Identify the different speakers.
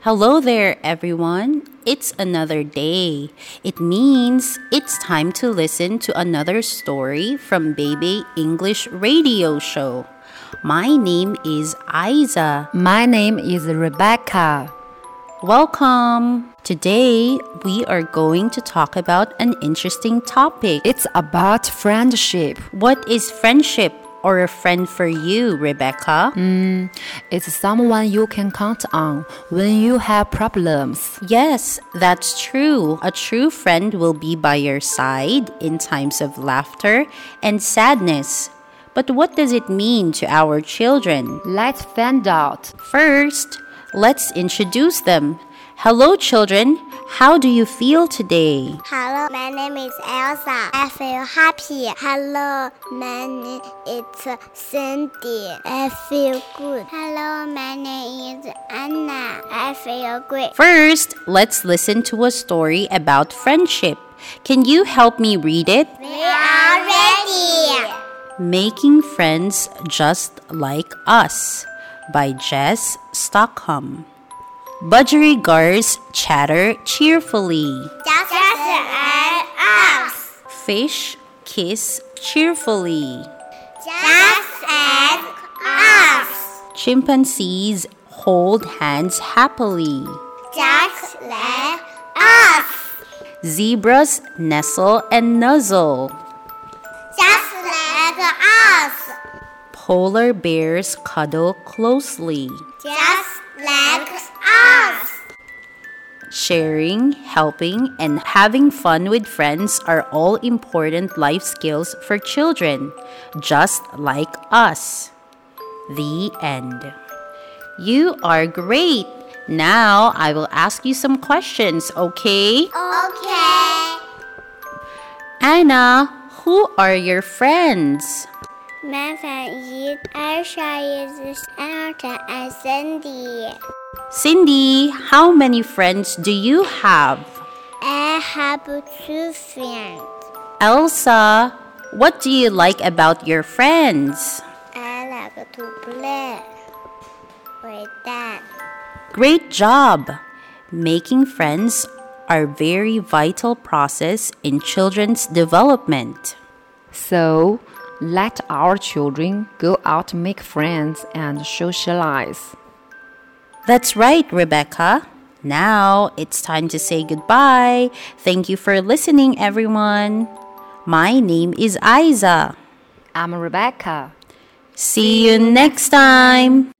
Speaker 1: Hello there, everyone. It's another day. It means it's time to listen to another story from Baby English Radio Show. My name is Isa.
Speaker 2: My name is Rebecca.
Speaker 1: Welcome. Today, we are going to talk about an interesting topic.
Speaker 2: It's about friendship.
Speaker 1: What is friendship or a friend for you, Rebecca?
Speaker 2: It's someone you can count on when you have problems.
Speaker 1: Yes, that's true. A true friend will be by your side in times of laughter and sadness. But what does it mean to our children?
Speaker 2: Let's find out.
Speaker 1: First, let's introduce them. Hello, children. How do you feel today?
Speaker 3: Hello, my name is Elsa. I feel happy. Hello, my name is Cindy. I feel good. Hello, my name is Anna. I feel great.
Speaker 1: First, let's listen to a story about friendship. Can you help me read it?
Speaker 3: We are ready.
Speaker 1: Making Friends Just Like Us by Jess Stockholm. Budgerigars chatter cheerfully.
Speaker 3: Just like us.
Speaker 1: Fish kiss cheerfully.
Speaker 3: Just like us.
Speaker 1: Chimpanzees hold hands happily.
Speaker 3: Just like us.
Speaker 1: Zebras nestle and nuzzle.
Speaker 3: Just like us.
Speaker 1: Polar bears cuddle closely.
Speaker 3: Just like us.
Speaker 1: Sharing, helping, and having fun with friends are all important life skills for children, just like us. The end. You are great. Now I will ask you some questions, okay?
Speaker 3: Okay.
Speaker 1: Anna, who are your friends?
Speaker 3: My friend is Aisha is Elton and Cindy.
Speaker 1: Cindy, how many friends do you have?
Speaker 3: I have two friends.
Speaker 1: Elsa, what do you like about your friends?
Speaker 3: I like to play with them.
Speaker 1: Great job! Making friends are very vital process in children's development.
Speaker 2: So, let our children go out, make friends, and socialize.
Speaker 1: That's right, Rebecca. Now it's time to say goodbye. Thank you for listening, everyone. My name is Isa.
Speaker 2: I'm Rebecca.
Speaker 1: See you next time.